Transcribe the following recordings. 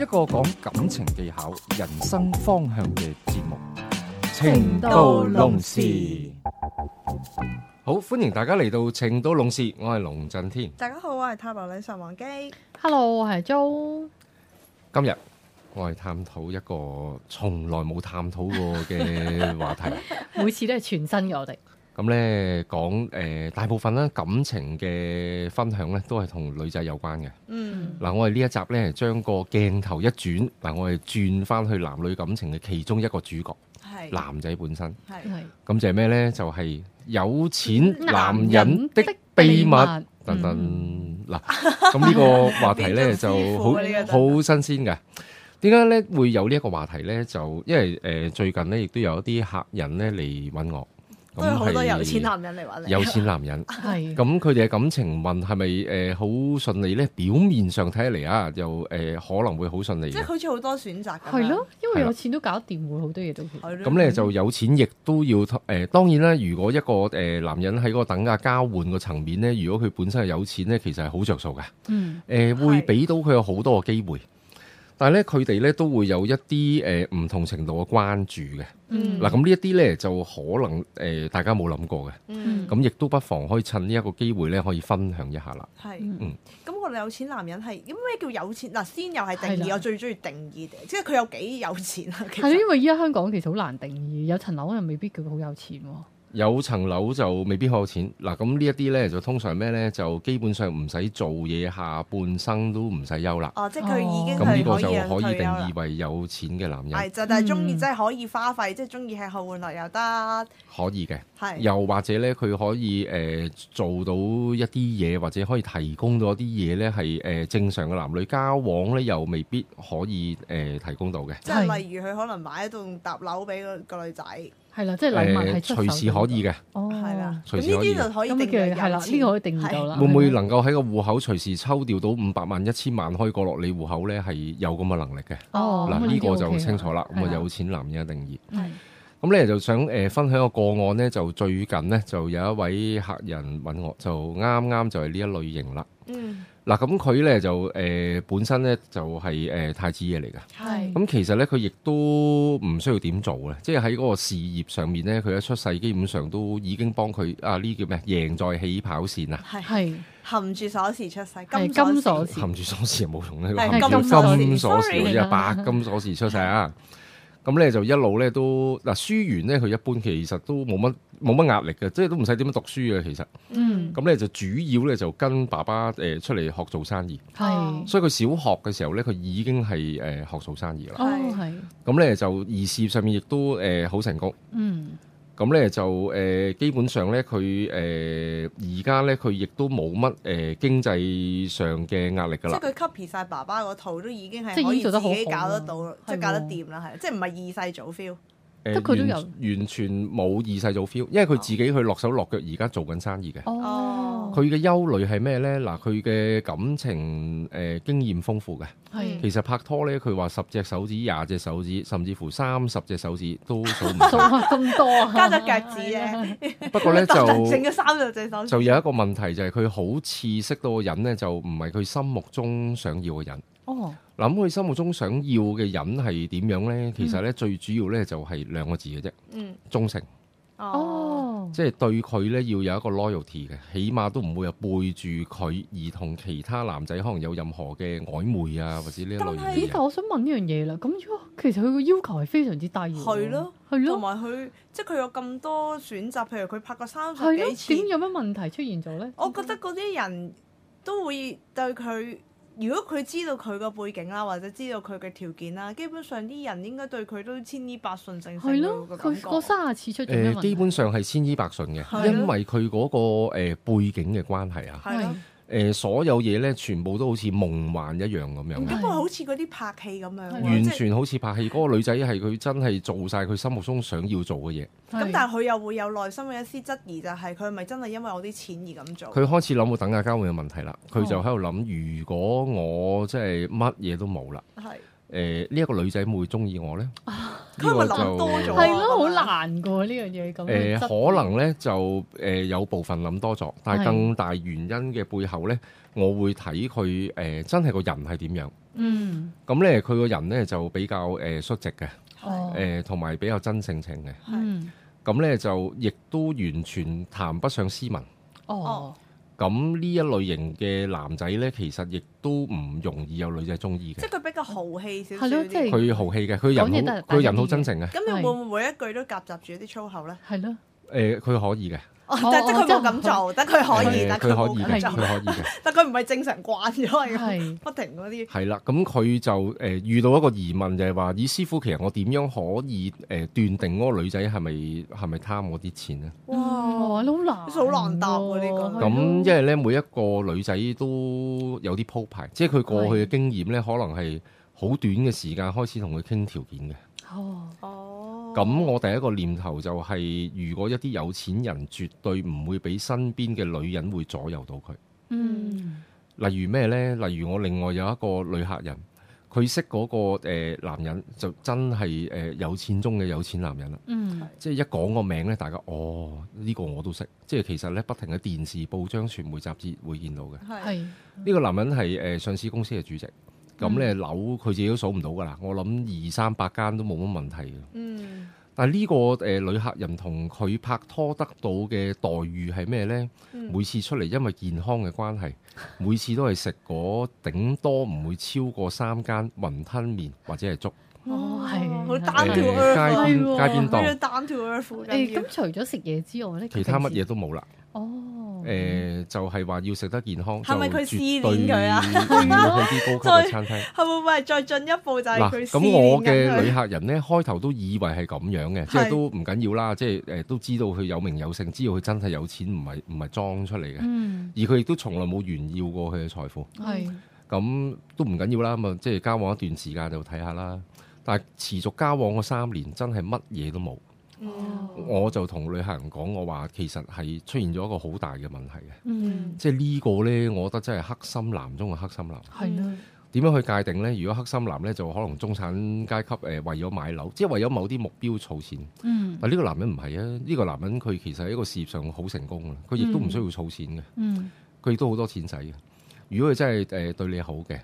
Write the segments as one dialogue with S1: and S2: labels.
S1: 一個講感情技巧、人生方向嘅節目《
S2: 情到濃時》。
S1: 好，歡迎大家嚟到《情到濃時》，我係龍震天。
S3: 大家好，我係塔羅女神王姬。
S2: Hello，我係 Jo，
S1: 今日我係探討一個從來冇探討過嘅 話題。
S2: 每次都係全新嘅我哋，
S1: 咁咧講誒大部分咧感情嘅分享咧都係同女仔有關嘅。
S3: 嗯
S1: 嗱，我哋呢一集咧將個鏡頭一轉，嗱我哋轉翻去男女感情嘅其中一個主角，
S3: 係
S1: 男仔本身。
S3: 係
S2: 係
S1: 咁就係咩呢？就係、有
S3: 嗯
S1: 錢男人的秘密。等
S2: 嗯
S1: 等嗱，咁呢個話題呢
S3: 變咗
S1: 就
S3: 師
S1: 好
S3: 傅啊呢嗯個真係
S1: 好新鮮嘅。點解呢會有呢一個話題呢？就因為誒、呃最近呢亦都有一啲客人呢嚟揾我，
S3: 都有好多
S1: 係
S3: 有錢男人嚟揾你。
S1: 有錢男 人。
S2: 係
S1: 咁佢哋嘅感情運係咪誒好順利呢？表面上睇起嚟啊，又誒、呃可能會好順利
S3: 即
S1: 嘅
S3: 係。好似好多選擇咁樣。
S2: 係咯，因
S1: 係
S2: 為
S1: 啦
S2: 有錢都搞掂喎，好多嘢都
S3: 係咯，
S1: 咁咧就有錢亦都要誒、呃，當然啦。如果一個誒、呃男人喺嗰個等價交換個層面咧，如果佢本身係有錢咧，其實係好着數嘅。誒、呃
S2: 嗯
S1: 會俾到佢有好多個機會，但係咧佢哋咧都會有一啲呃誒唔同程度嘅關注嘅。
S2: 嗯
S1: 嗱、咁呢一啲咧就可能誒、呃大家冇諗過嘅，
S3: 嗯
S1: 咁亦都不妨可以趁呢一個機會咧，可以分享一下啦。
S3: 係。
S1: 嗯
S3: 咁我哋有錢男人係咁咩叫有錢嗱？先又係定
S2: 係
S3: 義，
S2: 啦
S3: 我最中意定義嘅，即係佢有幾有錢啊？其
S2: 係咯，
S3: 實
S2: 因為依家香港其實好難定義，有層樓又未必叫佢好有錢喎。
S1: 有層樓就未必好有錢嗱，咁呢一啲咧就通常咩咧就基本上唔使做嘢，下半生都唔使憂啦。
S3: 哦，即係佢已
S2: 哦
S3: 經
S1: 咁呢
S3: 係
S1: 個
S3: 可
S1: 就
S3: 以
S1: 可以
S3: 退
S1: 定
S3: 休啦
S1: 義。為有錢嘅男人，
S3: 係就但係中意
S2: 嗯
S3: 即係可以花費，即係中意吃喝玩樂又得，
S1: 可以嘅。
S3: 係
S1: 又或者呢，佢可以誒、呃做到一啲嘢，或者可以提供到一啲嘢呢，係誒、呃正常嘅男女交往呢，又未必可以誒、呃提供到嘅。
S3: 即係
S2: 係哦
S3: 例如佢可能買一棟搭樓俾個個女仔，係
S2: 係啦，即係禮物係
S1: 呃
S2: 出手
S1: 隨時可以
S2: 嘅。
S1: 嘅，
S2: 哦，
S3: 啦。咁
S1: 隨
S3: 呢
S1: 時可以
S3: 啲就可以
S2: 咁
S3: 定義為
S2: 嘅
S3: 有
S2: 係啦，
S3: 錢
S2: 呢個可以定義到啦。
S1: 會唔會
S2: 係啦
S1: 能夠喺個戶口隨時抽調到五百萬、一千萬可以過落你戶口呢？係有咁嘅能力嘅。
S2: 哦，
S1: 嗱、
S2: 咁
S1: 呢
S2: 啲
S1: 個
S2: OK
S1: 就
S2: 啦
S1: 清楚啦。咁
S2: 係
S1: 啊，
S2: 啦
S1: 有錢男人嘅定義。
S2: 係
S3: 嗯
S1: 咁咧就想誒、呃分享個個案呢，就最近呢，就有一位客人揾我，就啱啱就係呢一類型啦。
S3: 嗯
S1: 嗱，咁佢呢，就誒、呃本身呢，就係、呃太子爺嚟㗎。
S3: 係
S1: 咁其實呢，佢亦都唔需要點做嘅，即係喺嗰個事業上面呢，佢一出世基本上都已經幫佢啊呢叫咩？贏在起跑線啊！
S3: 係
S2: 係
S3: 含住鎖匙出世，
S2: 係
S3: 金
S2: 金
S3: 鎖
S2: 鎖
S3: 匙
S1: 含
S2: 匙，
S1: 住鎖匙冇用呢
S3: 係
S1: 含住
S2: 金鎖匙
S1: 金鎖匙
S3: sorry
S1: 好似係白金鎖匙出世啊！咁咧就一路咧都嗱，書完咧佢一般其實都冇乜冇乜壓力嘅，即係都唔使點樣讀書嘅其實。
S2: 嗯
S1: 咁咧就主要咧就跟爸爸誒、呃出嚟學做生意，
S3: 哦
S2: 係
S1: 所以佢小學嘅時候咧佢已經係誒、呃、學做生意啦。
S2: 哦係
S1: 咁咧就而事業上面亦都誒好、成功。
S2: 嗯
S1: 咁咧就誒、呃基本上咧佢誒而家咧佢亦都冇乜誒經濟上嘅壓力㗎
S3: 即
S1: 啦。
S3: 係佢 copy 晒爸爸嗰套，都已經係
S2: 即係
S3: 可
S2: 啊已
S3: 以
S2: 經做
S3: 自
S2: 得好
S3: 己
S2: 好
S3: 搞
S2: 啦
S3: 得到，即係
S2: 係
S3: 搞得
S2: 喎
S3: 掂啦，係，即係唔係二世祖
S1: 誒
S3: feel，
S2: 即係佢都有
S1: 呃完完全冇二世祖 feel，因為佢自己去落手落腳，而家做緊生意嘅。
S2: 哦
S1: 佢嘅憂慮係咩呢？嗱，佢嘅感情誒、呃、經驗豐富嘅，
S2: 係
S1: 其實拍拖呢，佢話十隻手指、廿隻手指，甚至乎三十隻手指都數唔
S2: 數
S1: 晒。
S2: 下咁多啊，
S3: 加咗腳趾啫，
S1: 不 過呢，
S3: 就 整
S1: 就
S3: 咗三十隻手指，
S1: 就有一個問題就係佢好似識到個人呢，就唔係佢心目中想要嘅人。
S2: 哦
S1: 諗佢心目中想要嘅人係點樣呢？其
S2: 嗯
S1: 實呢，最主要呢就係兩個字嘅啫，
S3: 嗯，
S1: 忠誠。
S3: 哦，
S2: 哦
S1: 即係對佢咧要有一個 loyalty 嘅，起碼都唔會有背住佢而同其他男仔可能有任何嘅曖昧啊，或者呢一類
S3: 但係
S1: 型
S2: 咦？
S1: 嘅
S2: 但
S1: 嘢。
S2: 我想問呢樣嘢啦，咁如果其實佢個要求係非常之低喎
S3: 係咯，
S2: 係
S3: 同
S2: 咯，
S3: 埋佢即係佢有咁多選擇，譬如佢拍過三十
S2: 係
S3: 幾
S2: 咯，
S3: 次
S2: 點有乜問題出現咗咧？
S3: 我覺得嗰啲人都會對佢，如果佢知道佢個背景啦，或者知道佢嘅條件啦，基本上啲人應該對佢都千依百順正性
S2: 係咯，
S3: 嘅
S2: 佢嗰
S3: 感覺。
S2: 三十次出咗咩
S1: 誒、
S2: 問題？
S1: 基本上係千依百順
S3: 係
S1: 嘅，
S3: 咯
S1: 因為佢嗰、個、誒背景嘅關係啊。
S3: 係咯，
S1: 誒所有嘢咧，全部都好似夢幻一樣咁樣嘅
S2: 嗯
S3: 根本好似嗰啲拍戲咁樣喎，
S1: 完
S3: 啊即係
S1: 全好似拍戲嗰、個女仔係佢真係做晒佢心目中想要做嘅嘢，
S3: 咁，但係佢又會有內心嘅一絲質疑，就係佢係咪真係因為我啲錢而咁做？
S1: 佢開始諗到等價交換嘅問題啦。佢
S3: 哦
S1: 就喺度諗，如果我即係乜嘢都冇啦，
S3: 係
S1: 誒呃呢一個女仔會唔會中意我咧？呢
S3: 佢
S1: 個
S3: 咪諗多咗
S1: 就
S2: 啊
S3: 啊
S2: 係咯，好難噶呢樣嘢
S1: 誒、
S2: 咁樣質疑。
S1: 可能咧就誒、有部分諗多咗，但係
S2: 係
S1: 更大原因嘅背後咧，我會睇佢誒真係個人係點樣。
S2: 嗯，
S1: 咁咧佢個人咧就比較誒率直嘅，
S2: 哦，
S1: 誒同埋比較真性情嘅。
S3: 係
S2: 嗯，
S1: 咁咧就亦都完全談不上斯文。
S2: 哦，
S1: 咁呢一類型嘅男仔咧，其實亦都唔容易有女仔中意
S3: 即
S1: 嘅
S3: 係。佢比較豪氣少少
S2: 係咯
S3: 啲。
S2: 即係
S1: 佢豪氣嘅，佢
S2: 講嘢都
S1: 人
S2: 係
S1: 好，佢人好
S2: 大
S1: 真
S2: 聲啲嘅
S1: 誠嘅。
S3: 咁你會唔會每一句都夾雜住一啲粗口咧？
S2: 係咯，
S1: 呃誒，佢可以嘅，
S3: 哦，
S2: 哦
S3: 但即係佢
S2: 即係
S3: 冇咁做，但佢可以，
S1: 誒
S3: 但
S1: 佢可以嘅，
S3: 冇
S1: 佢
S3: 咁做，
S1: 可以嘅。
S3: 但佢唔係正常慣咗係咁，
S2: 係
S3: 不停嗰啲。
S1: 係啦，咁佢就誒、呃遇到一個疑問就係話，咦師傅，其實我點樣可以誒、呃、斷定嗰個女仔係咪係咪貪我啲錢咧？
S2: 嗯哇，你好難
S3: 好難答喎呢個
S2: 喎
S1: 咁因
S2: 係咯
S1: 為咧，每一個女仔都有啲鋪排，即係佢過去嘅經驗咧，可能係好短嘅時間開始同佢傾條件嘅。
S2: 哦，
S3: 哦，
S1: 咁我第一個念頭就係、如果一啲有錢人絕對唔會俾身邊嘅女人會左右到佢。
S2: 嗯，
S1: 例如咩呢？例如我另外有一個女客人，佢識嗰、個、呃、男人就真係誒、呃有錢中嘅有錢男人啦。
S2: 嗯，
S1: 即係一講個名呢，大家哦呢、個我都識。即係其實呢，不停喺電視、報章、傳媒、雜誌會見到嘅。呢、
S3: 係
S2: 係，
S1: 個男人係誒、呃上市公司嘅主席，咁呢，樓佢自己都數唔到㗎啦。我諗二三百間都冇乜問題嘅。
S3: 嗯
S1: 但係呢、個誒、呃女客人同佢拍拖得到嘅待遇係咩呢？
S3: 嗯
S1: 每次出嚟，因為健康嘅關 係，每次都係食嗰頂多唔會超過三間雲吞麵或者係粥，
S2: 哦係
S3: 好
S1: 誒
S3: 單
S1: 街
S3: 條
S1: 邊
S3: earth
S2: 係喎
S1: 街邊
S3: 啊，呢
S1: 檔，
S3: 個單條 earth 好緊
S2: 誒，
S3: 要
S2: 咁除咗食嘢之外咧，
S1: 其他乜嘢都冇啦。
S2: 哦，
S1: 誒就係話要食得健康，
S3: 係咪佢
S1: 就
S3: 試
S1: 絕
S3: 練佢啊
S1: 對要去啲 高級嘅餐廳。
S3: 係會唔會係再進一步就係
S1: 嗱，
S3: 佢
S1: 咁
S3: 試
S1: 我
S3: 練緊
S1: 嘅
S3: 佢
S1: 旅客人呢，開頭都以為係咁樣嘅，即
S3: 係
S1: 係都唔緊要啦，即係誒都知道佢有名有姓，知道佢真係有錢，唔係唔係裝出嚟嘅。
S2: 嗯，
S1: 而佢亦都從來冇炫耀過佢嘅財富，
S2: 係，
S1: 咁都唔緊要啦。咁啊，即係交往一段時間就睇下啦。但係持續交往嗰三年，真係乜嘢都冇。
S3: 嗯
S1: 我就同旅客人講，我話其實係出現咗一個好大嘅問題嘅，
S2: 嗯，
S1: 即係呢個呢，我覺得真係黑心男中嘅黑心男。
S2: 係咯，
S1: 點樣去界定呢？如果黑心男呢，就可能中產階級誒、呃、為咗買樓，即係為咗某啲目標儲錢。
S2: 嗯，
S1: 但呢個男人唔係啊，呢、個男人佢其實喺一個事業上好成功嘅，佢亦都唔需要儲錢嘅。
S2: 嗯，
S1: 佢亦都好多錢使嘅。如果佢真係誒、呃、對你好嘅，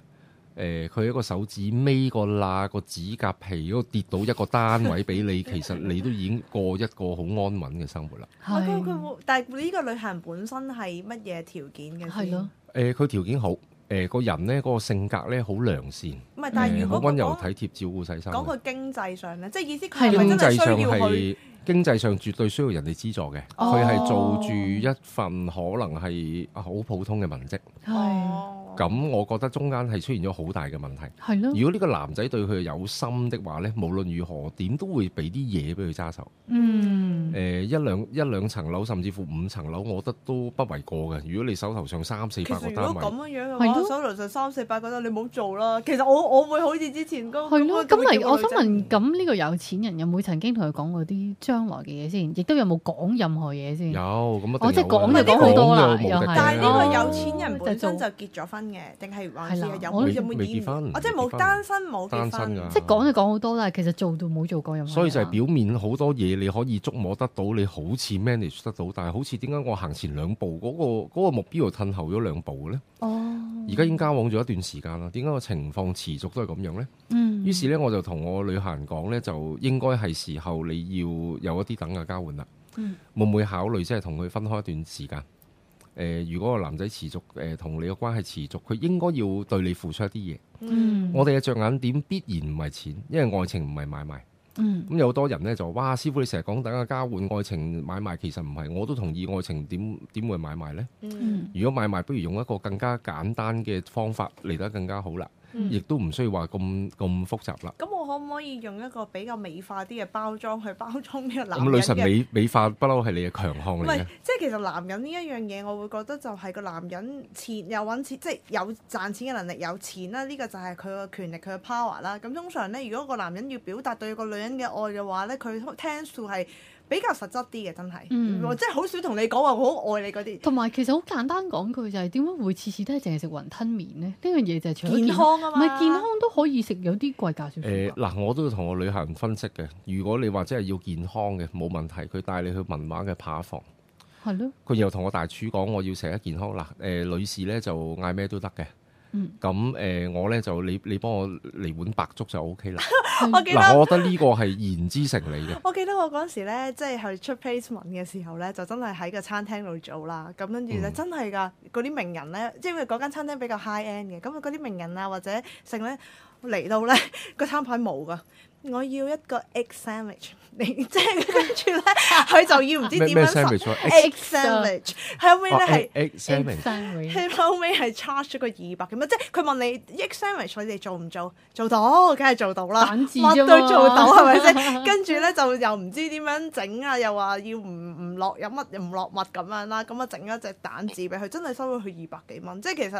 S1: 誒、佢一個手指尾個罅個指甲皮嗰度跌到一個單位俾你，其實你都已經過一個好安穩嘅生活啦。
S3: 啊
S2: 係，
S3: 佢佢會，但係呢個旅行本身係乜嘢條件嘅
S2: 係
S3: 先？
S2: 咯，
S1: 誒、佢條件好，誒、個人呢嗰、個性格呢好良善，
S3: 唔係，但係
S1: 誒
S3: 如
S1: 好
S3: 果
S1: 温柔
S3: 講
S1: 體貼照顧細心
S3: 講
S1: 嘅。
S3: 佢經濟上咧，即係意思
S2: 係
S3: 佢係咪
S1: 經
S3: 真係
S1: 濟上
S3: 需要去？
S1: 係經濟上絕對需要人哋資助嘅，
S3: 哦
S1: 佢係做住一份可能係好普通嘅文職。
S2: 係，
S3: 哦
S1: 咁我覺得中間係出現咗好大嘅問題。
S2: 係咯，
S1: 如果呢個男仔對佢有心的話呢，無論如何點都會俾啲嘢俾佢揸手。
S2: 嗯
S1: 誒、，一兩一兩層樓，甚至乎五層樓，我覺得都不為過嘅。如果你手頭上三四
S3: 其
S1: 百個
S3: 實如
S1: 單位，
S3: 果咁樣樣嘅
S2: 係
S3: 話，
S2: 咯
S3: 手頭上三四百覺得你唔好做啦。其實我我會好似之前嗰個
S2: 係咯，咁
S3: 會
S2: 咪
S3: 叫
S2: 我
S3: 女
S2: 想
S3: 仔
S2: 問，咁呢個有錢人有冇曾經同佢講過啲將來嘅嘢先？亦都有冇講任何嘢先？
S1: 有咁啊一定
S2: 我即係
S1: 有啦
S2: 講
S3: 就講好
S2: 多
S1: 講
S2: 啦
S1: 就無敵
S2: 又係
S1: 嘅
S3: 但係呢個
S2: 哦
S3: 有錢人本身就
S2: 就
S3: 結咗婚嘅，定係還是
S2: 係啦
S3: 有
S2: 我
S3: 有冇
S1: 未
S3: 演
S1: 結婚
S3: 我即係
S1: 未結
S3: 冇
S1: 婚
S3: 單身冇
S1: 單
S3: 結
S1: 身
S3: 婚
S1: 㗎，
S2: 即係講就講好多啦，其實做到冇做過
S3: 啊
S2: 任何嘢啦。
S1: 所以就係表面好多嘢你可以捉摸得到，你好似 manage 得到，但係好似點解我行前兩步嗰、個嗰個目標又褪後咗兩步呢？
S2: 哦，
S1: 而家已經交往咗一段時間啦，點解個情況持續都係咁樣呢？
S2: 嗯，
S1: 於是呢，我就同我旅行講呢，就應該係時候你要有一啲等價交換啦。
S2: 嗯
S1: 會唔會考慮即係同佢分開一段時間？誒、呃如果個男仔持續誒同、你嘅關係持續，佢應該要對你付出一啲嘢。
S2: 嗯
S1: 我哋嘅着眼點必然唔係錢，因為愛情唔係買賣。
S2: 嗯
S1: 咁有好多人呢，就話：哇，師傅你成日講等價交換愛情買賣，其實唔係，我都同意愛情點點會買賣呢？
S3: 嗯
S2: 嗯
S1: 如果買賣，不如用一個更加簡單嘅方法嚟得更加好啦，
S3: 嗯
S1: 亦都唔需要話咁咁複雜啦。
S3: 咁我我可唔可以用一個比較美化啲嘅包裝去包裝呢個男
S1: 咁
S3: 人
S1: 女神
S3: 嘅？
S1: 美美化不嬲係你嘅強項
S3: 唔
S1: 嚟
S3: 係
S1: 嘅，，
S3: 即係其實男人呢一樣嘢，我會覺得就係個男人錢有揾錢，即係有賺錢嘅能力，有錢啦，呢、個就係佢嘅權力，佢嘅 power 啦。咁通常呢，如果個男人要表達對個女人嘅愛嘅話呢，佢 tends to 係比較實質啲嘅，真係，
S2: 嗯
S3: 我即係好少同你講話我好愛你嗰啲。
S2: 同埋其實好簡單講句就係點解會次次都係淨係食雲吞麵呢？呢樣嘢就係除咗
S3: 健 康啊
S2: 唔
S3: 嘛，
S2: 係健康都可以食有啲貴價少少
S1: 誒
S2: 㗎。
S1: 嗱、我都同我旅行分析嘅。如果你話真係要健康嘅，冇問題，佢帶你去文華嘅扒房。
S2: 係咯，
S1: 佢又同我大廚講，我要食得健康啦。誒、女士咧就嗌咩都得嘅。
S2: 嗯
S1: 咁誒、我咧就你你幫我嚟碗白粥就 O K 啦。
S3: 我記
S1: 嗱，
S3: 得。
S1: 我覺得呢個係言之成理嘅。
S3: 我記得我嗰陣時咧，即係去出 placement 嘅時候咧，就真係喺個餐廳度做啦。咁跟住咧，
S1: 嗯
S3: 真係㗎，嗰啲名人咧，即係因為嗰間餐廳比較 high end 嘅，咁嗰啲名人啊或者剩咧嚟到咧 個餐牌冇㗎。我要一個 egg sandwich，你 即係跟住咧，佢就要唔知
S1: 咩
S3: 點
S1: 咩
S3: 樣十
S1: sandwich 啊
S2: Egg
S3: egg sandwich，後尾咧係。
S1: egg sandwich。
S2: sandwich
S3: 佢後尾係 charge 咗個二百咁啊！即係佢問你 egg sandwich 你哋做唔做？做到，梗係做到啦，
S2: 蛋治啫嘛
S3: 乜都做到係咪 先？跟住咧就又唔知點樣整啊，又話要唔唔落有乜唔落物咁樣啦，咁啊整咗隻蛋治俾佢，真係收咗佢二百幾蚊。即係其實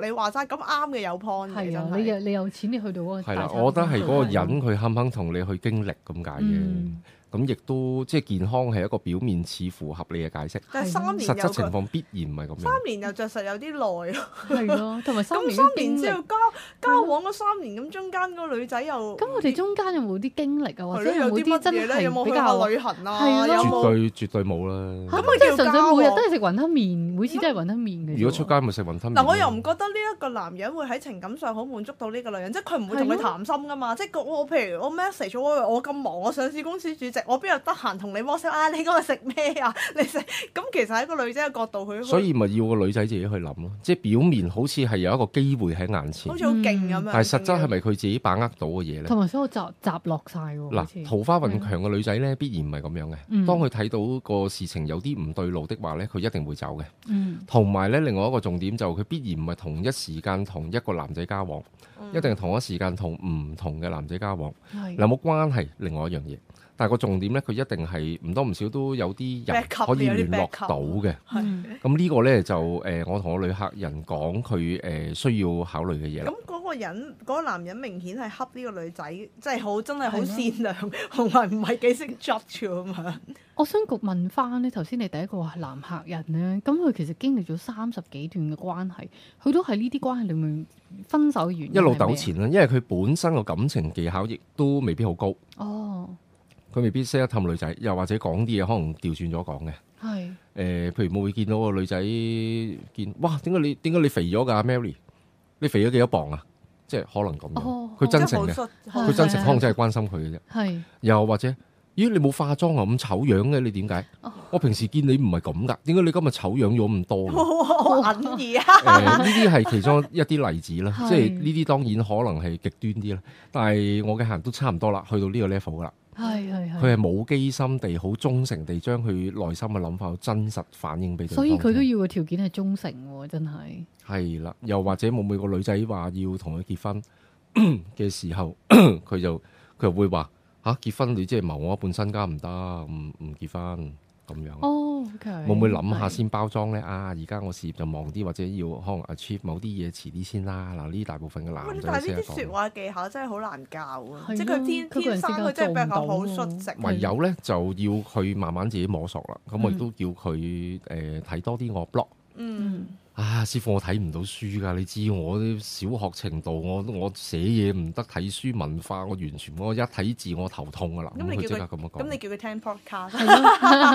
S3: 學你話齋咁啱嘅有 point 嘅
S2: 係
S3: 真
S2: 啊，你有
S3: 係。
S2: 你有錢，你去到嗰個
S1: 係
S2: 大
S1: 啦，
S2: 餐
S1: 我覺得係
S2: 廳
S1: 嗰個
S2: 度係
S3: 嗯
S1: 人佢肯肯同你去經歷咁解嘅
S2: 嗯。
S1: 咁亦都即係健康係一個表面似乎合理嘅解釋，
S3: 但係三年
S1: 實
S3: 有
S1: 質情
S3: 個
S1: 況必然唔係咁樣
S3: 三。年又着實有啲耐咯。
S2: 係咯，同埋三
S3: 咁
S2: 年
S3: 三
S2: 嘅經
S3: 年之
S2: 歷
S3: 後。交交往嗰三年，咁中間嗰個女仔又
S2: 咁我哋中間有冇啲經歷啊，
S3: 係
S2: 或
S3: 咯
S2: 者有
S3: 有
S2: 冇
S3: 啲乜
S2: 啲
S3: 嘢
S2: 真
S3: 咧？有
S2: 係
S3: 冇
S2: 比
S3: 去
S2: 較
S3: 過旅行啊？
S2: 係咯
S3: 有
S1: 絕
S3: 冇？
S1: 對絕對冇啦。
S2: 嚇
S3: 咁咪
S2: 即係
S3: 叫
S2: 純
S3: 交
S2: 粹每日
S3: 往
S2: 都係食雲吞麵，每次都係雲吞麵嘅啫喎。
S1: 如果出街咪食雲吞麵咯。
S3: 嗱，我又唔覺得呢一個男人會喺情感上好滿足到呢個女人，即係佢唔會
S2: 係
S3: 同
S2: 咯
S3: 佢談心噶嘛。即係個我譬如我 message 我我咁忙，我上市公司主席，我邊有得閒同你 WhatsApp 啊？你嗰日食咩啊？你食咁其實喺個女仔嘅角度，佢
S1: 所以咪要個女仔自己去諗咯，即係表面好似係有一個機會喺眼前
S3: 好，似好勁咁樣。
S1: 但係實質係咪佢自己把握到嘅嘢呢？
S2: 同埋所有集集落晒喎，好似
S1: 嗱，桃花運強嘅女仔呢，必然唔係咁樣嘅。
S2: 嗯
S1: 當佢睇到個事情有啲唔對路的話呢，佢一定會走嘅。
S2: 嗯
S1: 同埋呢，另外一個重點就佢必然唔係同一時間同一個男仔交往，
S3: 嗯
S1: 一定係同一時間同唔同嘅男仔交往。
S2: 係
S1: 有冇關係？另外一樣嘢，但係個重點呢，佢一定係唔多唔少都有啲人
S3: Back up，
S1: 可以
S3: 有啲
S1: 聯絡
S3: back up
S1: 到嘅。
S2: 嗯
S1: 咁呢個呢，就誒、呃我同我旅客人講佢誒需要考慮嘅嘢啦。
S3: 咁嗰個人嗰個男人明顯係恰呢個女仔，即係好真係
S2: 係
S3: 好
S2: 咯
S3: 善良，同埋唔係幾識 judge 咁樣。
S2: 我想局問翻咧，頭先你第一個話男客人咧，咁佢其實經歷咗三十幾段嘅關係，佢都喺呢啲關係裡面分手嘅原因
S1: 一路
S2: 係咩
S1: 糾纏啦，因為佢本身個感情技巧亦都未必好高，
S2: 哦，
S1: 佢未必識得氹女仔，又或者講啲嘢可能調轉咗講嘅。
S2: 係
S1: 誒、譬如我會見到個女仔見，哇，點解你點解你肥咗㗎，Mary？你肥咗幾多磅啊？即係可能咁樣，
S2: 哦
S1: 佢真
S3: 即係
S1: 誠
S3: 好
S1: 嘅，
S3: 實
S1: 佢真誠，
S2: 係
S1: 可能真係關心佢嘅啫。
S2: 係
S1: 又或者，咦，你冇化妝啊，咁醜樣嘅你點解？
S2: 哦
S1: 我平時見你唔係咁㗎，點解你今日醜樣咗咁多嘅？
S3: 好隱意啊！
S1: 誒呢啲係其中一啲例子啦，
S2: 係
S1: 即係呢啲當然可能係極端啲啦，但係我嘅客人都差唔多啦，去到呢個 level 噶啦，
S2: 係係係。
S1: 佢係冇機心地、好忠誠地將佢內心嘅諗法真實反映俾對
S2: 所
S1: 方聽。
S2: 以佢都要個條件係忠誠喎，真係。
S1: 係啦，又或者冇每個女仔話要同佢結婚 嘅時候， 佢就佢就會話吓、啊、結婚你即係謀我一半身家唔得，唔唔結婚咁樣。
S2: 哦，OK。
S1: 會唔會諗下先包裝呢？啊，而家我事業就忙啲，或者要可能 achieve 某啲嘢，遲啲先啦。嗱，呢大部分嘅
S3: 喂
S1: 男仔
S3: 但係
S1: 先係
S3: 呢啲説
S1: 講。
S3: 話技巧真係好難教啊！
S2: 係
S3: 即係
S2: 咯
S3: 佢天
S2: 佢個人
S3: 天生
S2: 性格
S3: 佢真係比較
S2: 做
S3: 好
S2: 唔到啊
S3: 率直
S2: 喎。
S1: 唯有呢，就要佢慢慢自己摸索啦。咁我亦
S2: 嗯
S1: 都叫佢誒睇多啲我 blog。
S3: 嗯
S2: 嗯。
S1: 啊，師傅，我睇唔到書㗎，你知我啲小學程度，我我寫嘢唔得，睇書文化我完全我一睇字我頭痛㗎啦。
S3: 咁
S1: 咁
S3: 你
S1: 佢
S3: 叫
S1: 即
S3: 佢
S1: 刻咁樣
S3: 咁你
S1: 講，
S3: 叫佢聽 podcast，
S2: 係 咯，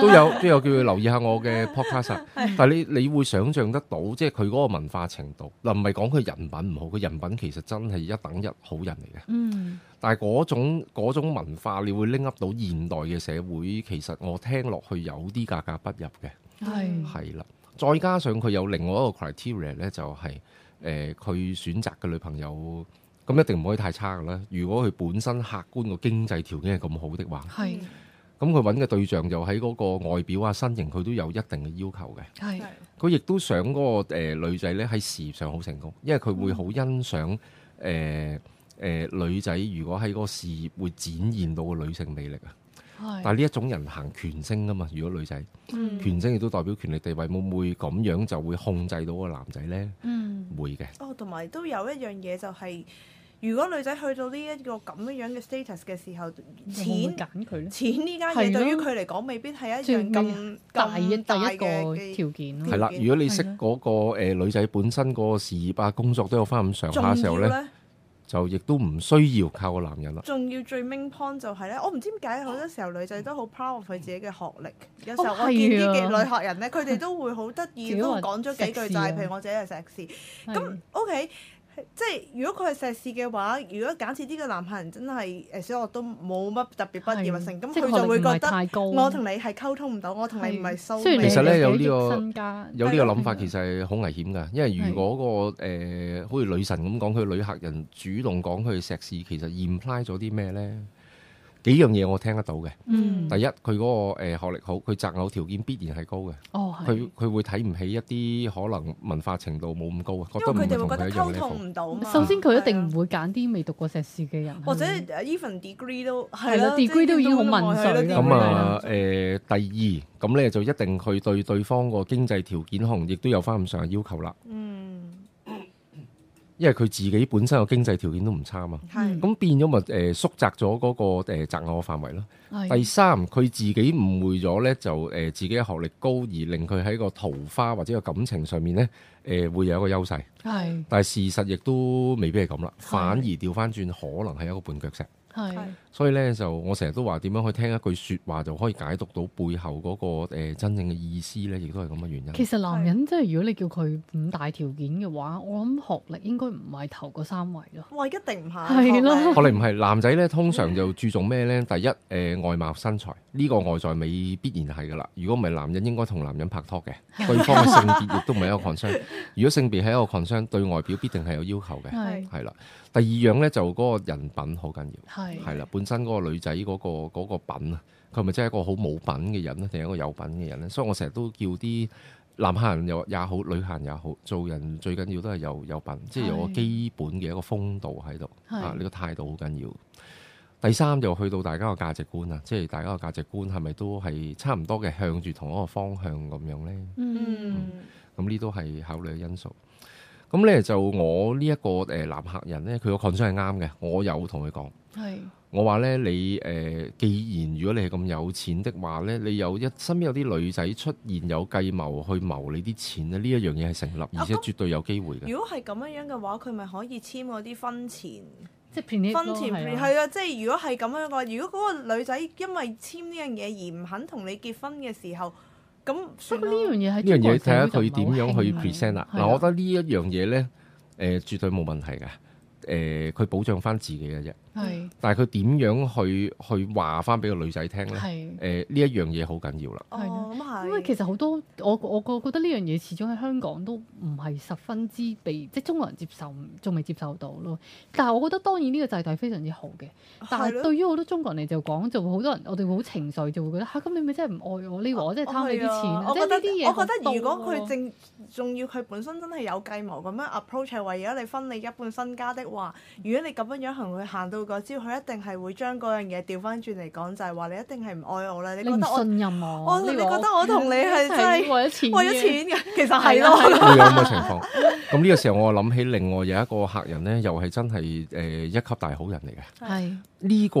S1: 都有都有叫佢留意下我嘅 podcast 啊。但係你你會想像得到，即係佢嗰個文化程度嗱，唔係講佢人品唔好，佢人品其實真係一等一好人嚟嘅。
S2: 嗯，
S1: 但係嗰種嗰種文化，你會拎 up 到現代嘅社會，其實我聽落去有啲格格不入嘅，
S2: 係
S1: 係啦。再加上佢有另外一個 criteria 咧，就係誒佢選擇嘅女朋友，咁一定唔可以太差㗎啦。如果佢本身客觀個經濟條件係咁好的話，
S2: 係
S1: 咁佢揾嘅對象又喺嗰個外表啊、身形，佢都有一定嘅要求嘅。
S2: 係
S3: 係
S1: 佢亦都想嗰、個、呃、女仔咧喺事業上好成功，因為佢會好欣賞誒誒、誒、女仔如果喺嗰個事業會展現到個女性魅力啊。
S2: 係
S1: 但係呢一種人行權星啊嘛，如果女仔
S2: 嗯
S1: 權星亦都代表權力地位，會唔會咁樣就會控制到個男仔呢？
S2: 嗯
S1: 會嘅，
S3: 哦，同埋都有一樣嘢就係、如果女仔去到呢一個咁樣樣嘅 status 嘅時候，
S2: 錢
S3: 錢
S2: 揀佢咧，
S3: 錢呢
S2: 係
S3: 家嘢
S2: 咯
S3: 對於佢嚟講，未必係一
S2: 最
S3: 樣咁
S2: 大一第
S3: 咁大
S2: 一
S3: 嘅
S2: 個
S3: 嘅
S2: 條件
S1: 係
S2: 咯，
S1: 啦。
S3: 嗯
S1: 如果你識
S2: 係啊
S1: 嗰、個、呃、女仔本身嗰個事業啊、工作都有翻咁上
S3: 重
S1: 下嘅時候
S3: 要
S1: 呢，
S3: 咧。
S1: 就亦都唔需要靠個男人啦。
S3: 仲要最 main point 就係咧，我唔知點解好多時候女仔都好 proud of 佢自己嘅學歷。有時候
S2: 哦
S3: 我見啲
S2: 係啊
S3: 嘅女學人咧，佢哋都會好得
S2: 自
S3: 意，
S2: 己
S3: 都
S2: 話
S3: 講咗
S2: 碩
S3: 幾句
S2: 士
S3: 就
S2: 啊
S3: 係譬如我自己係碩士。
S2: 咁
S3: 咁 OK，即係如果佢係碩士嘅話，如果假設呢個男客人真係誒小學都冇乜特別畢業啊成，咁佢就會覺得
S2: 太高，
S3: 我同你係溝通唔到，我同你唔係收
S2: 雖然
S1: 其實
S2: 你
S1: 呢
S2: 有
S1: 有呢
S2: 幾億
S1: 個
S2: 身家，嗯
S1: 有呢個諗法其實係好危險㗎，因為如果、個誒、好似女神咁講，佢女客人主動講佢碩士，其實 imply 咗啲咩呢？幾樣嘢我聽得到嘅。
S2: 嗯
S1: 第一，佢嗰、個誒、呃學歷好，佢擇偶條件必然係高嘅。
S2: 哦係
S1: 佢。佢會睇唔起一啲可能文化程度冇咁高啊，覺得唔
S3: 因為佢
S1: 係
S3: 哋
S1: 同
S3: 會覺
S1: 佢
S3: 得
S1: 一樣
S3: 溝通
S1: level。
S3: 唔到嘛。
S2: 首先佢一定
S3: 係啊
S2: 唔會揀啲未讀過碩士嘅人，
S3: 或者誒 even degree 都
S2: 係
S3: 係
S2: 啦
S3: 啦即係
S2: degree 都已經好
S3: 望佢啦
S2: 民粹啦
S3: 啲
S1: 咁啊
S3: 人
S1: 誒、第二咁咧就一定佢對對方個經濟條件可能亦都有翻咁上下要求啦，
S3: 嗯
S1: 因為佢自己本身個經濟條件都唔差嘛。
S3: 係
S1: 咁變咗咪誒縮窄咗嗰、個誒擇偶嘅範圍咯。第
S2: 係
S1: 三，佢自己誤會咗咧，就誒、自己嘅學歷高，而令佢喺個桃花或者個感情上面咧誒、會有一個優勢。
S2: 係
S1: 但係事實亦都未必係咁啦，
S2: 係
S1: 反而調翻轉可能係一個絆腳石。
S2: 係
S3: 係
S1: 所以咧就我成日都話點樣去聽一句説話就可以解讀到背後嗰、個、呃、真正嘅意思咧，亦都係咁嘅原因。
S2: 其實男人即係如果你叫佢五大條件嘅話，我諗學歷應該唔係頭嗰三位咯。
S3: 哇，一定唔係
S2: 係咯
S1: 學歷唔係男仔咧，通常就注重咩咧？第一誒、呃外貌身材呢、個外在美必然係噶啦。如果唔係男人應該同男人拍拖嘅，對方嘅性別亦都唔係一個 concern。如果性別係一個 concern，對外表必定係有要求嘅，
S2: 係
S1: 係啦。第二樣咧就嗰個人品好緊要。
S2: 係
S1: 係啦，本身嗰個女仔嗰、個嗰個品啊，佢係咪真係一個好冇品嘅人咧，定係一個有品嘅人咧？所以我成日都叫啲男客人又也好，女客人也好，做人最緊要都係有有品，即係有個
S2: 係
S1: 基本嘅一個風度喺度
S2: 係
S1: 啊，你個態度好緊要。第三就去到大家個價值觀啊，即係大家個價值觀係咪都係差唔多嘅，向住同一個方向咁樣呢？
S2: 嗯
S3: 嗯
S1: 咁呢都係考慮嘅因素。咁呢，就我呢、一個誒、呃男客人呢，佢個 concern 係啱嘅，我有同佢講。
S2: 係
S1: 我話咧，你誒、呃既然如果你係咁有錢的話咧，你有一身邊有啲女仔出現有計謀去謀你啲錢咧，呢一樣嘢係成立，
S2: 哦
S1: 而且
S3: 咁
S1: 絕對有機會嘅。
S3: 嗯如果係咁樣樣嘅話，佢咪可以簽嗰啲婚前
S2: 即係便宜咯
S3: 婚前
S2: 係啊
S3: 係啊，即係如果係咁樣嘅話，如果嗰個女仔因為簽呢樣嘢而唔肯同你結婚嘅時候，咁
S2: 不
S3: 算
S2: 過
S3: 啦
S2: 呢樣嘢喺
S1: 呢樣
S2: 中國
S1: 嘢睇下
S2: 社
S1: 佢
S2: 會就唔
S1: 點
S2: 係好
S1: 樣去
S2: 興啊
S1: present 啦。
S2: 係
S1: 嗱，我覺得呢一樣嘢咧，誒、絕對冇問題嘅。誒、佢保障翻自己嘅啫，
S2: 係
S1: 但係佢點樣去去話翻俾個女仔聽咧？誒、
S2: 係。
S1: 呢一樣嘢好緊要啦。
S3: 哦，咁係。
S2: 因為其實好多我我我覺得呢樣嘢始終喺香港都唔係十分之被即係中國人接受，仲未接受到咯。但係我覺得當然呢個制度係非常之好嘅，但
S3: 係
S2: 係
S3: 咯
S2: 對於好多中國人嚟就講，就會好多人我哋會好情緒，就會覺得嚇咁、你咪真係唔愛我，你以為我真係貪你
S3: 係啊
S2: 啲錢啊，
S3: 我
S2: 即係呢
S3: 覺得
S2: 啲嘢好
S3: 我覺
S2: 多
S3: 得如果
S2: 咯
S3: 佢正仲要佢本身真係有計謀咁樣 approach 係為咗你分你一半身家的話，如果你咁樣樣行佢行到嗰招，佢一定係會將嗰樣嘢調翻轉嚟講，就係話你一定係唔愛我啦，你
S2: 你
S3: 覺
S2: 唔
S3: 得我
S2: 嗯信任我，
S3: 我你
S2: 以
S3: 覺
S2: 為我
S3: 得我同你係真 係
S2: 為咗錢嘅，
S3: 為咗錢嘅，其實係
S2: 係
S3: 咯。
S1: 會有咁嘅情況。咁呢個時候，我諗起另外有一個客人呢，又係真係誒、一級大好人嚟嘅。
S2: 係
S1: 呢、個誒、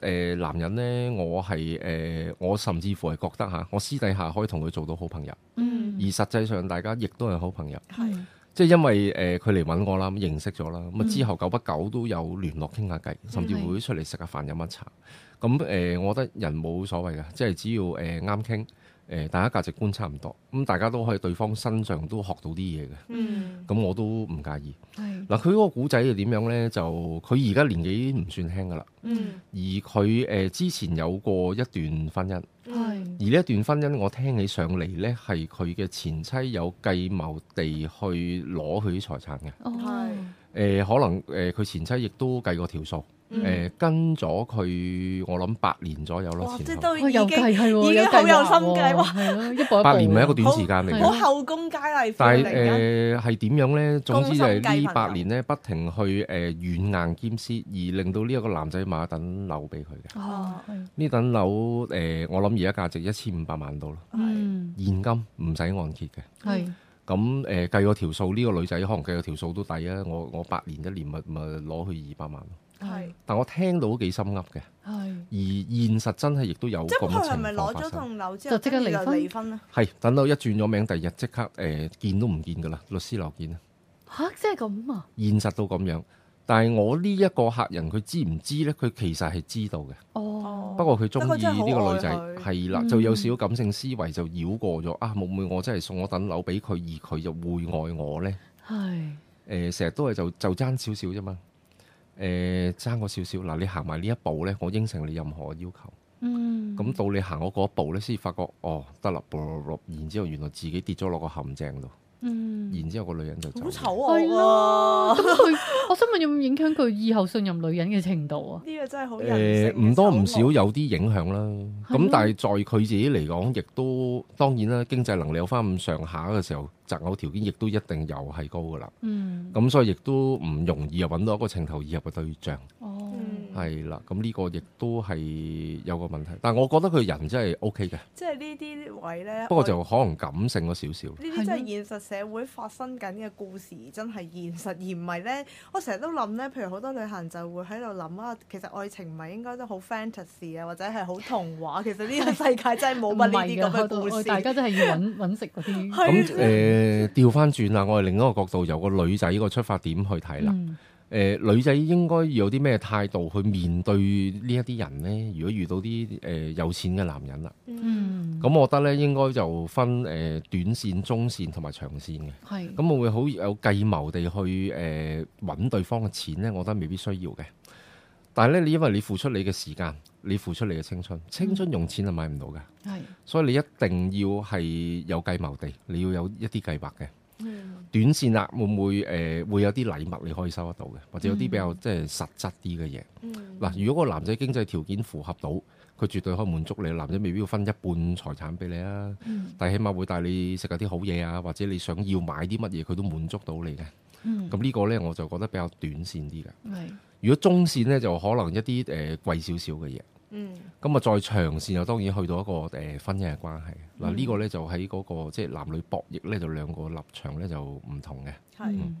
S1: 呃男人呢，我係誒、呃我甚至乎係覺得嚇，我私底下可以同佢做到好朋友，而
S2: 嗯
S1: 實際上大家亦都係好朋友。
S3: 係
S1: 即係因為誒呃佢嚟揾我啦，咁認識咗啦，咁啊
S2: 嗯
S1: 之後久不久都有聯絡傾下偈，甚至
S2: 嗯係
S1: 會出嚟食下飯飲下茶。咁誒、呃我覺得人冇所謂嘅，即係只要誒啱傾，誒、呃大家價值觀差唔多，咁大家都可以對方身上都學到啲嘢嘅。
S3: 嗯
S1: 咁我都唔介意。
S2: 係
S1: 嗱，佢嗰個古仔係點樣呢？就佢而家年紀唔算輕噶啦，
S3: 嗯
S1: 而佢誒、呃之前有過一段婚姻，而
S2: 嗯係
S1: 呢一段婚姻我聽起上嚟呢，係佢嘅前妻有計謀地去攞佢啲財產嘅。誒、
S2: 哦
S3: 係
S1: 誒、可能誒佢、前妻亦都計過條數，誒、呃
S3: 嗯
S1: 跟咗佢我諗八年左右啦，
S3: 哇！即
S1: 前
S3: 係
S1: 後
S3: 都
S2: 哇
S3: 已
S2: 有
S3: 經
S2: 計係喎，
S3: 已經
S2: 有
S3: 好有
S2: 劃
S3: 心
S2: 喎
S3: 計哇
S2: 係咯，一步一步。
S1: 八年咪一個短時間嚟
S2: 係
S1: 嘅
S2: 啊
S3: 好。後宮佳麗
S1: 但
S3: 夫突
S1: 係誒
S3: 然間
S1: 呃係點樣呢？總之就係呢八
S3: 攻心計朋友
S1: 年呢，不停去誒、軟硬兼施，而令到呢一個男仔買一等樓俾佢嘅。
S2: 哦，係
S1: 呢等樓誒、我諗而家價值一千五百萬到啦，
S2: 嗯，
S1: 現金唔使按揭嘅。
S2: 係
S1: 咁誒、計個條數，呢、個女仔可能計個條數都抵啊！我我八年一年咪咪攞去二百萬咯。
S2: 係
S3: 係
S1: 但我聽到都幾心噏嘅，
S2: 係
S1: 而現實真係亦都有
S3: 即
S1: 咁
S3: 係
S1: 嘅
S3: 佢
S1: 情
S3: 係咪
S1: 況
S3: 攞
S1: 發
S3: 咗
S1: 生。
S3: 棟樓之
S2: 就
S3: 後
S2: 即刻
S3: 跟住
S2: 離
S3: 就
S2: 婚
S3: 離婚咧？
S1: 係等到一轉咗名，第日即刻誒、見都唔見㗎啦，律師樓見啦。
S2: 吓，即係咁啊！
S1: 現實到咁樣，但係我呢一個客人佢知唔知呢？佢其實係知道嘅，
S2: 哦，
S1: 不過佢中
S3: 不過
S1: 意
S3: 真係
S1: 呢個女仔
S3: 好愛佢
S1: 係啦，
S2: 嗯
S1: 就有少少感性思維就繞過咗啊！會唔會我真係送我等樓俾佢，而佢就會愛我呢？
S2: 係
S1: 誒呃成日都係就就爭少少啫嘛。誒爭我少少嗱，你行埋呢一步呢，我應承你任何要求。
S2: 嗯
S1: 咁到你行我嗰一步呢，先發覺哦得啦，啵啵啵然之後原來自己跌咗落個陷阱度，
S2: 嗯啊
S1: 然之後個女人就走
S3: 好
S1: 咗。
S3: 醜啊
S2: 係咯，
S3: 惡
S2: 咁 佢，我想問有冇影響佢以後信任女人嘅程度啊？
S3: 喎！呢個真係好
S1: 誒
S3: 人性嘅
S1: 呃唔多唔
S3: 醜
S1: 少
S3: 惡
S1: 有啲影響啦，
S2: 係咯
S1: 咁但係在佢自己嚟講，亦都當然啦，經濟能力有翻咁上下嘅時候，擇偶條件亦都一定又係高噶啦。
S2: 嗯，
S1: 咁所以亦都唔容易又揾到一個情投意合嘅對象，
S2: 哦，
S3: 嗯
S1: 係啦。咁呢個亦都係有個問題，但我覺得佢人真係 O K 嘅，
S3: 即係呢啲位咧，
S1: 不過
S3: 啊我
S1: 就可能感性咗少少。
S3: 呢啲真係現實社會發生緊嘅故事，真係現實，而唔係咧。我成日都諗咧，譬如好多旅行就會喺度諗啊，其實愛情唔係應該都好 fantasy 啊，或者係好童話。其實呢個世界真係冇乜呢啲
S2: 唔係㗎
S3: 咁嘅
S2: 我
S3: 故
S2: 我
S3: 事。
S2: 大家真係要揾揾食嗰啲。
S3: 係
S1: 咁誒調翻轉啦，我哋另一個角度由個女仔個出發點去睇啦。
S2: 嗯
S1: 誒、女仔應該有啲咩態度去面對呢一啲人呢？如果遇到啲誒、呃有錢嘅男人啦，
S3: 嗯，
S2: 嗯，
S1: 咁我覺得呢應該就分誒、短線、中線同埋長線嘅。
S2: 係
S1: 咁我會好有計謀地去誒揾、對方嘅錢呢，我覺得未必需要嘅。但係呢，你因為你付出你嘅時間，你付出你嘅青春，青春用錢係買唔到嘅，
S2: 係
S1: 所以你一定要係有計謀地，你要有一啲計劃嘅。
S3: 嗯
S1: 短線啦，會唔會誒、呃、會有啲禮物你可以收得到嘅，或者有啲比較即係實質啲嘅嘢？
S3: 嗯
S1: 嗱、如果個男仔經濟條件符合到，佢絕對可以滿足你。男仔未必要分一半財產俾你啊，
S2: 嗯
S1: 但係起碼會帶你食下啲好嘢啊，或者你想要買啲乜嘢，佢都滿足到你嘅。
S2: 嗯
S1: 咁呢個呢，我就覺得比較短線啲嘅。
S2: 係
S1: 如果中線呢，就可能一啲誒、呃、貴少少嘅嘢。
S3: 嗯
S1: 咁啊，再長線就當然去到一個誒、呃婚姻嘅關係。嗱、呢個呢，就喺嗰、個即係男女博弈呢，就兩個立場呢就唔同嘅。
S3: 係。
S2: 嗯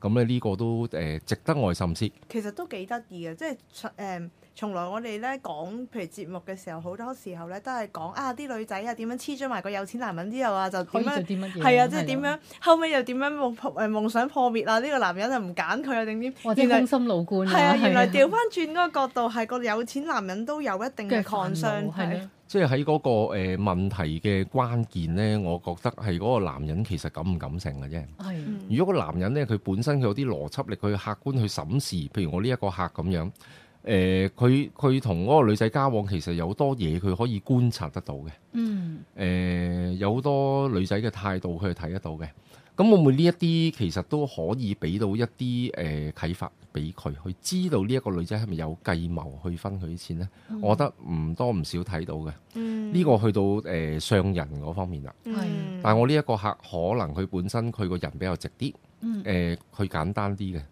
S1: 咁咧呢個都誒、呃值得我深思。
S3: 其實都幾得意嘅，即係誒、嗯從來我哋咧講，譬如節目嘅時候，好多時候咧都係講啊啲女仔啊點樣黐咗埋個有錢男人之後啊，就
S2: 可
S3: 點
S2: 以做
S3: 樣
S2: 啲乜嘢？
S3: 係啊，即係點
S2: 啦
S3: 樣後尾又點樣夢誒夢想破滅啊？呢、個男人就唔揀佢啊，定點？
S2: 或者
S3: 原來
S2: 空心老倌
S3: 係啊，原來
S2: 係
S3: 調翻轉嗰個角度係個有錢男人都有一定嘅
S2: 嘅
S3: 抗
S2: 煩
S3: 傷
S2: 惱係咯，
S1: 即係喺嗰個誒、呃、問題嘅關鍵呢，我覺得係嗰個男人其實感唔感性嘅啫。
S2: 係
S3: 嗯
S1: 如果個男人呢，佢本身佢有啲邏輯力，佢客觀去審視，譬如我呢一個客咁樣，誒、佢佢同嗰個女仔交往，其實有好多嘢佢可以觀察得到嘅。
S2: 嗯
S1: 誒、呃有好多女仔嘅態度佢係睇得到嘅。咁會唔會呢一啲其實都可以俾到一啲誒、呃、啟發俾佢，去知道呢一個女仔係咪有計謀去分佢啲錢呢？我覺得唔多唔少睇到嘅。呢、
S3: 嗯
S1: 個去到誒、呃上人嗰方面啦。
S3: 嗯
S1: 但係我呢一個客可能佢本身佢個人比較直啲，誒、呃
S2: 嗯
S1: 佢簡單啲嘅。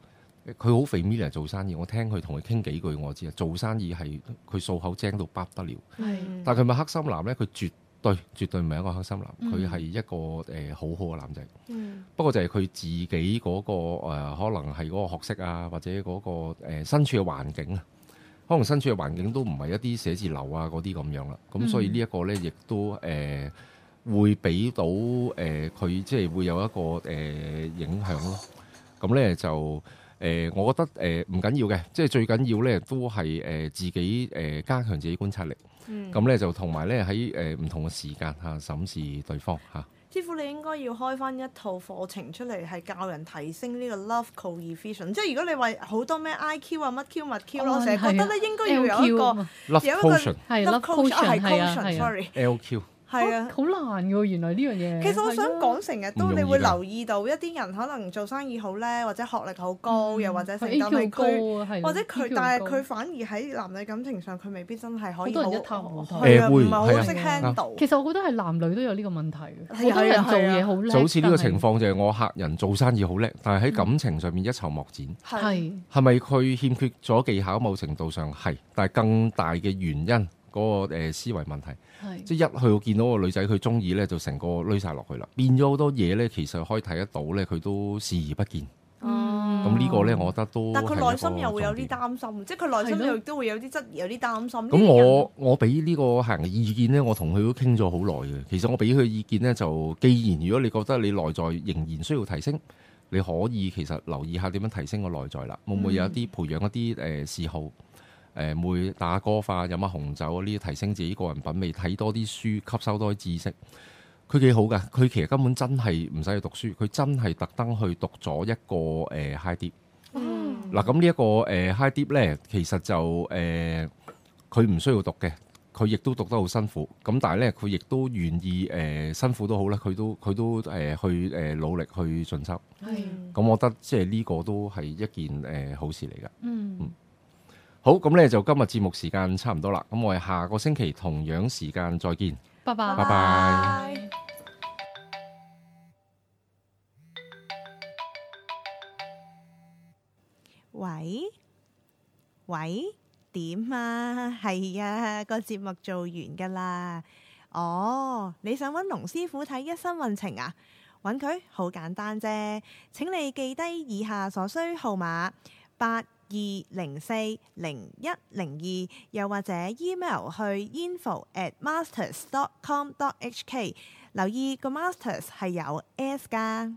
S1: 佢好肥 m i l 做生意，我聽佢同佢傾幾句我知啊。做生意係佢數口精到不得了。
S3: 嗯
S2: 係
S1: 但係佢咪黑心男呢？佢絕對絕對唔係一個黑心男，
S2: 嗯
S1: 佢係一個誒、呃好好嘅男仔。
S3: 嗯
S1: 不過就係佢自己嗰、個、呃、可能係嗰個學識啊，或者嗰、個、呃、身處嘅環境啊，可能身處嘅環境都唔係一啲寫字樓啊嗰啲咁樣啦。咁所以
S2: 嗯
S1: 呢一個呢，亦都誒、呃、會俾到誒佢、即係會有一個誒、呃影響咯。咁呢就。誒、我覺得誒呃唔緊要嘅，即係最緊要呢都係誒、呃自己誒、呃加強自己觀察力。
S3: 嗯
S1: 咁咧就同埋咧喺呃誒唔同嘅時間嚇審視對方啊嚇。
S3: 師傅，你應該要開翻一套課程出嚟，係教人提升呢個 love coefficient。即係如果你話好多咩 IQ 啊、乜 Q 乜 Q 咯，
S2: 哦
S3: 我成日覺得
S2: 係啊
S3: 咧應該要有一
S2: LQ
S3: 個
S2: 啊嘛
S1: Love
S3: 有一個
S1: potion
S2: 係 love
S3: coach- 啊
S2: potion
S3: 係
S2: 係啊
S3: coach
S2: 係啊
S3: sorry，
S1: LQ
S3: 係啊。
S2: 好難嘅喎，原來呢樣嘢。
S3: 其實我想
S2: 係啊
S3: 講，成日
S1: 唔
S3: 都
S1: 容易
S3: 你會
S1: 㗎
S3: 留意到一啲人可能做生意好叻，或者學歷好高，
S2: 嗯
S3: 又或者成就係
S2: AQ 高
S3: 佢，
S2: 啊，係
S3: 或者佢，但係佢
S2: 佢
S3: 反而喺男女感情上，佢未必真係可以
S2: 好多人一塌糊塗
S3: 係啊，
S1: 誒會
S3: 唔係好識
S2: 係啊
S3: handle。
S2: 其實我覺得係男女都有呢個問題嘅，好
S3: 係啊
S2: 多人做
S3: 係
S2: 嘢
S3: 啊
S2: 好叻，
S1: 就好似呢個情
S2: 況
S1: 況就係我客人做生意好叻，但係
S3: 嗯
S1: 喺感情上面一籌莫展。
S3: 係
S2: 係
S1: 係咪佢欠缺咗技巧？某程度上係，但係更大嘅原因嗰、個、呃、思維問題，
S2: 係
S1: 即係一去到見到個女仔佢中意呢，就成個攏晒落去啦，變咗好多嘢呢，其實可以睇得到呢，佢都視而不見。
S2: 嗯
S1: 咁呢個呢，我覺得都
S3: 但佢內心又會
S1: 會
S3: 有啲擔心，即係佢內
S2: 係
S3: 心
S2: 咯
S3: 又都會有啲質疑，有啲擔心。
S1: 咁
S3: 呢啲人
S1: 我我俾呢個客人嘅意見呢，我同佢都傾咗好耐嘅。其實我俾佢意見呢，就既然如果你覺得你內在仍然需要提升，你可以其實留意下點樣提升個內在啦。會
S3: 嗯
S1: 唔會有一啲培養一啲誒、呃嗜好？誒會打歌化、飲下紅酒啊呢啲，提升自己個人品味，睇多啲書，吸收多啲知識。佢幾好㗎，佢其實根本真係唔使去讀書，佢真係特登去讀咗一個誒、呃 high dip。
S3: 嗯
S1: 嗱，咁呢一個誒、呃 high dip 咧，其實就誒佢唔需要讀嘅，佢亦都讀得好辛苦。咁但係咧，佢亦都願意誒、呃辛苦都好啦，佢都佢都誒、呃去誒、呃努力去進修。
S2: 係
S1: 咁我覺得即係呢個都係一件誒、呃好事嚟㗎。
S2: 嗯
S1: 好，咁咧就今日節目時間差唔多啦，咁我哋下個星期同樣時間再見。
S2: 拜拜
S1: 拜拜。
S3: 喂喂，點啊？係啊，個節目做完噶啦。哦，你想揾龍師傅睇一生運程啊？揾佢好簡單啫。請你記低以下所需號碼八二零四零一零二，又或者 email 去 info at masters dot com dot hk。留意個 masters 係有 s 㗎。